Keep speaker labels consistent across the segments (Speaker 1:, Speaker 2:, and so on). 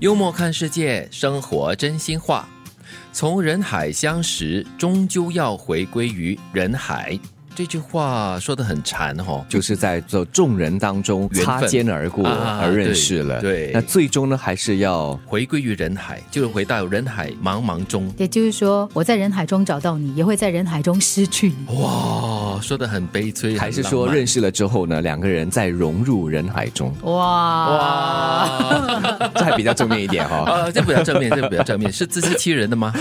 Speaker 1: 幽默看世界，生活真心话。从人海相识，终究要回归于人海。这句话说的很禅哦，
Speaker 2: 就是在这众人当中
Speaker 1: 缘分
Speaker 2: 擦肩而过
Speaker 1: 啊
Speaker 2: 而认识了。
Speaker 1: 对对
Speaker 2: 那最终呢，还是要
Speaker 1: 回归于人海，就是回到人海茫茫中。
Speaker 3: 也就是说，我在人海中找到你，也会在人海中失去你。
Speaker 1: 哇，说的很悲催，
Speaker 2: 还是说认
Speaker 1: 识？
Speaker 2: 识了之后呢，两个人再融入人海 中，
Speaker 3: 哇！
Speaker 1: 哇，
Speaker 2: 这还比较正面一点哈、
Speaker 1: 啊，这比较正面，这比较正面，是自欺欺人的 吗？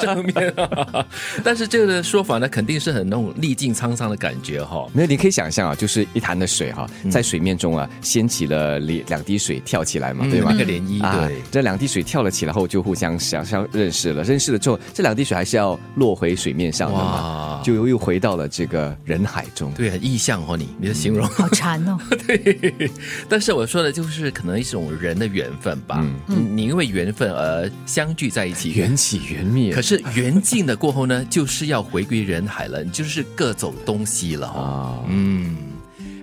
Speaker 1: 正面、啊但是这个说法呢，肯定是很那种历尽沧桑的感觉哦哈、
Speaker 2: 没有，你可以想象啊，就是一潭的水哈、在水面中啊，掀起了两两滴水跳起来嘛，嗯 对吗？
Speaker 1: 那个涟漪，对。
Speaker 2: 这两滴水跳了起来后，就互相想相认识了。认识了之后，这两滴水还是要落回水面上的嘛
Speaker 1: 哇，
Speaker 2: 就又又回到了这个人海中。
Speaker 1: 对，很意象哦，你你的形容、
Speaker 3: 好馋 哦，
Speaker 1: 对，但是我说的就是可能一种人的缘分吧，嗯、你因为缘分而相聚在一起，
Speaker 2: 缘起缘灭
Speaker 1: 可是缘尽了过后呢，就是要回归人海了，你就是各走东西了、哦。
Speaker 2: 啊，
Speaker 1: 嗯，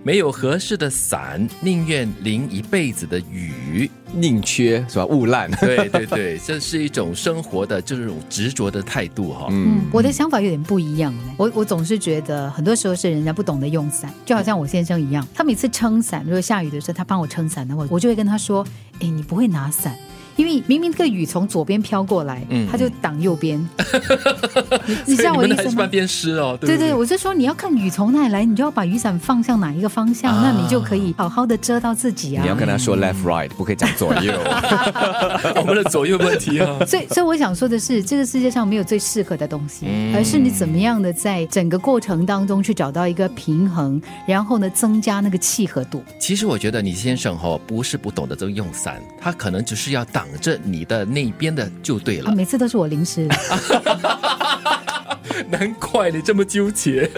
Speaker 1: 没有合适的伞，宁愿淋一辈子的雨。
Speaker 2: 宁缺是吧？勿滥。
Speaker 1: 对对对，这是一种生活的这种执着的态度哈、
Speaker 3: 嗯，我的想法有点不一样哎，我我总是觉得很多时候是人家不懂得用伞，就好像我先生一样，他每次撑伞，如果下雨的时候他帮我撑伞的话，我就会跟他说，哎，你不会拿伞。因为明明这个雨从左边飘过来，
Speaker 1: 嗯
Speaker 3: 他就挡 右边，你你知道我
Speaker 1: 所以你
Speaker 3: 的意
Speaker 1: 们还
Speaker 3: 思
Speaker 1: 是
Speaker 3: 吗
Speaker 1: 半？边湿哦，
Speaker 3: 对
Speaker 1: 不
Speaker 3: 对，我是说你要看雨从哪里来，你就要把雨伞放向哪一个方向，
Speaker 1: 啊
Speaker 3: 那你就可以好好的遮到自己啊。
Speaker 2: 你要跟他说 left right，不可以讲左右。
Speaker 1: 我们的左右问题啊。
Speaker 3: 所以，所以我想说的是，这个世界上没有最适合的东西，而是你怎么样的在整个过程当中去找到一个平衡，然后呢，增加那个契合度。
Speaker 1: 其实我觉得你先生哈、不是不懂得这用伞，他可能只是要挡着你的那一边的就对
Speaker 3: 啊，
Speaker 1: 了。
Speaker 3: 每次都是我淋湿了，
Speaker 1: 难怪你这么纠结。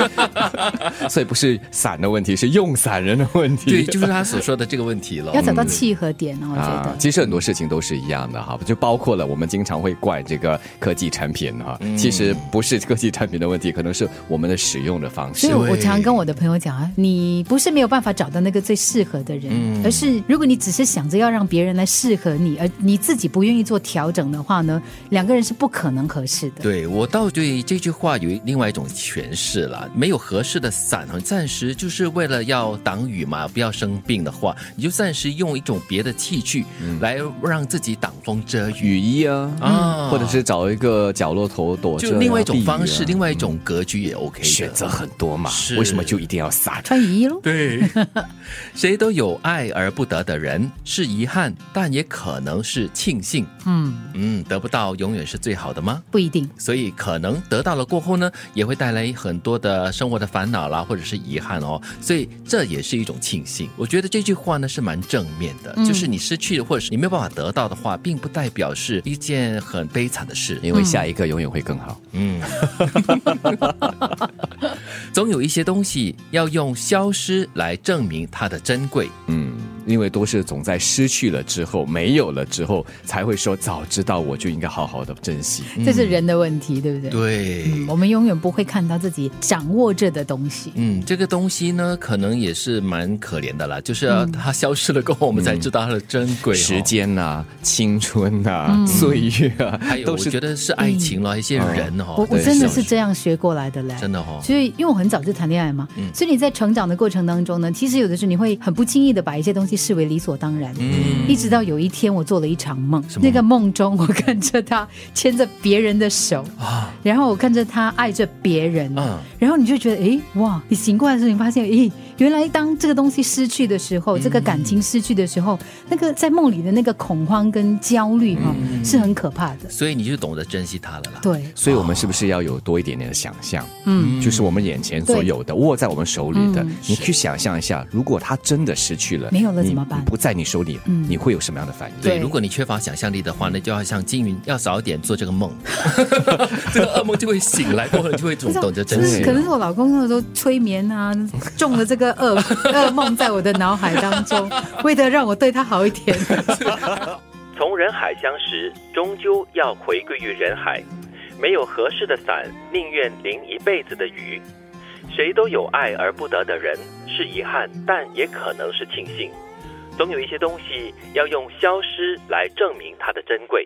Speaker 2: 所以不是伞的问题，是用伞人的问 题。
Speaker 1: 对，就是他所说的这个问题了
Speaker 3: 要。找到契合点啊，我觉
Speaker 2: 啊
Speaker 3: 得，。
Speaker 2: 其实很多事情都是一样的哈，就包括了我们经常会怪这个科技产品哈，
Speaker 1: 嗯
Speaker 2: 其实不是科技产品的问题，可能是我们的使用的方式
Speaker 3: 所以，。我我
Speaker 1: 对
Speaker 3: 常跟我的朋友讲啊，你不是没有办法找到那个最适合的人，
Speaker 1: 嗯
Speaker 3: 而是如果你只是想着要让别人来适合你，而你自己不愿意做调整的话呢，两个人是不可能合适的。
Speaker 1: 对我倒对这句话有另外一种诠释了，没有合适的伞啊，暂时就是为了要挡雨嘛，不要生病的话，你就暂时用一种别的器具来让自己挡风遮雨。
Speaker 2: 雨衣啊，
Speaker 1: 啊
Speaker 2: 或者是找一个角落头躲着啊，
Speaker 1: 就另外一
Speaker 2: 避
Speaker 1: 种
Speaker 2: 雨啊
Speaker 1: 方式，另外一种格局也 OK 的。
Speaker 2: 选择很多嘛
Speaker 1: 是，
Speaker 2: 为什么就一定要伞？
Speaker 3: 穿雨衣喽。
Speaker 1: 对， 谁都有爱而不得的人，是遗憾，但也可能是庆幸。
Speaker 3: 嗯，
Speaker 1: 嗯，得不到永远是最好的吗？
Speaker 3: 不一定。
Speaker 1: 所以可能得到了过后呢，也会带来很多的生活的烦恼啦，或者是遗憾哦。所以这也是一种庆幸。我觉得这句话呢是蛮正面的，就是你失去了或者是你没有办法得到的话，并不代表是一件很悲惨的事。
Speaker 2: 因为下一个永远会更好。
Speaker 1: 嗯，总有一些东西要用消失来证明它的珍贵。
Speaker 2: 嗯，因为都是总在失去了之后，没有了之后，才会说早知道我就应该好好的珍惜。
Speaker 3: 这
Speaker 1: 嗯
Speaker 3: 是人的问题，对不对？
Speaker 1: 对。
Speaker 3: 嗯，我们永远不会看到自己掌握着的东西。
Speaker 1: 嗯，这个东西呢，可能也是蛮可怜的啦，就是、它消失了过后，我们才知道它的珍贵、哦。
Speaker 2: 嗯时，间呐、青春呐、
Speaker 3: 嗯
Speaker 2: 岁月啊，
Speaker 1: 还有
Speaker 2: 都
Speaker 1: 我
Speaker 2: 是嗯
Speaker 1: 觉得是爱情了，一些人哦，
Speaker 3: 我我
Speaker 1: 对
Speaker 3: 真的
Speaker 1: 消
Speaker 3: 是
Speaker 1: 失
Speaker 3: 这样学过来的嘞。
Speaker 1: 真的嗯哦，
Speaker 3: 所以，因为我很早就谈恋爱嘛，所以你在成长的过程当中呢，其实有的时候你会很不经意的把一些东西视为理所当然。
Speaker 1: 嗯
Speaker 3: 一直到有一天，我做了一场梦，那个梦中我看着他牵着别人的手，
Speaker 1: 啊
Speaker 3: 然后我看着他爱着别人，
Speaker 1: 嗯
Speaker 3: 然后你就觉得，诶，哇！你醒过来的时候，你发现，诶，原来当这个东西失去的时候，这个感情失去的时候，那个在梦里的那个恐慌跟焦虑哈、是很可怕的。
Speaker 1: 所以你就懂得珍惜它了啦。
Speaker 3: 对，
Speaker 2: 所以我们是不是要有多一点点的想象？
Speaker 3: 嗯，
Speaker 2: 就是我们眼前所有的，握在我们手里的
Speaker 3: 嗯，
Speaker 2: 你去想象一下，如果它真的失去了，
Speaker 3: 没有了
Speaker 2: 你
Speaker 3: 怎么办
Speaker 2: 你不在你手里，
Speaker 3: 嗯
Speaker 2: 你会有什么样的反应？
Speaker 1: 对，
Speaker 3: 对
Speaker 1: 如果你缺乏想象力的话，那就要像金云，要早点做这个 梦，这个噩梦就会醒来，过后你就会 懂懂得珍
Speaker 3: 就是
Speaker 1: 惜
Speaker 3: 可
Speaker 1: 了。
Speaker 3: 能是我老公那时候催眠啊，中了这个噩 噩梦在我的脑海当中，为了让我对他好一点。
Speaker 4: 从人海相识，终究要回归于人海。没有合适的伞，宁愿淋一辈子的雨。谁都有爱而不得的人，是遗憾，但也可能是庆幸。总有一些东西要用消失来证明它的珍贵。